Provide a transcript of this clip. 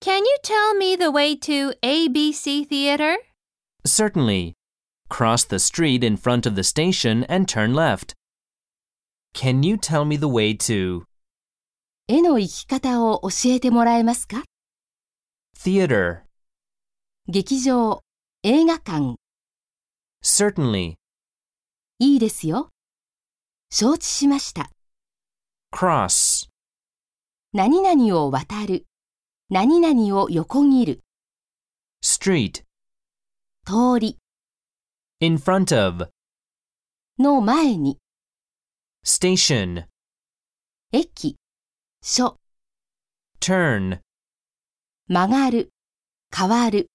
Can you tell me the way to ABC Theater? Certainly. Cross the street in front of the station and turn left. Can you tell me the way to 絵の行き方を教えてもらえますか theater? 劇場、映画館、 Certainly. いいですよ。承知しました。 Cross. 何々を渡る。何々を横切る。 Street. 通り In front of. の前に、 Station. 駅、所、 Turn. 曲がる、変わる。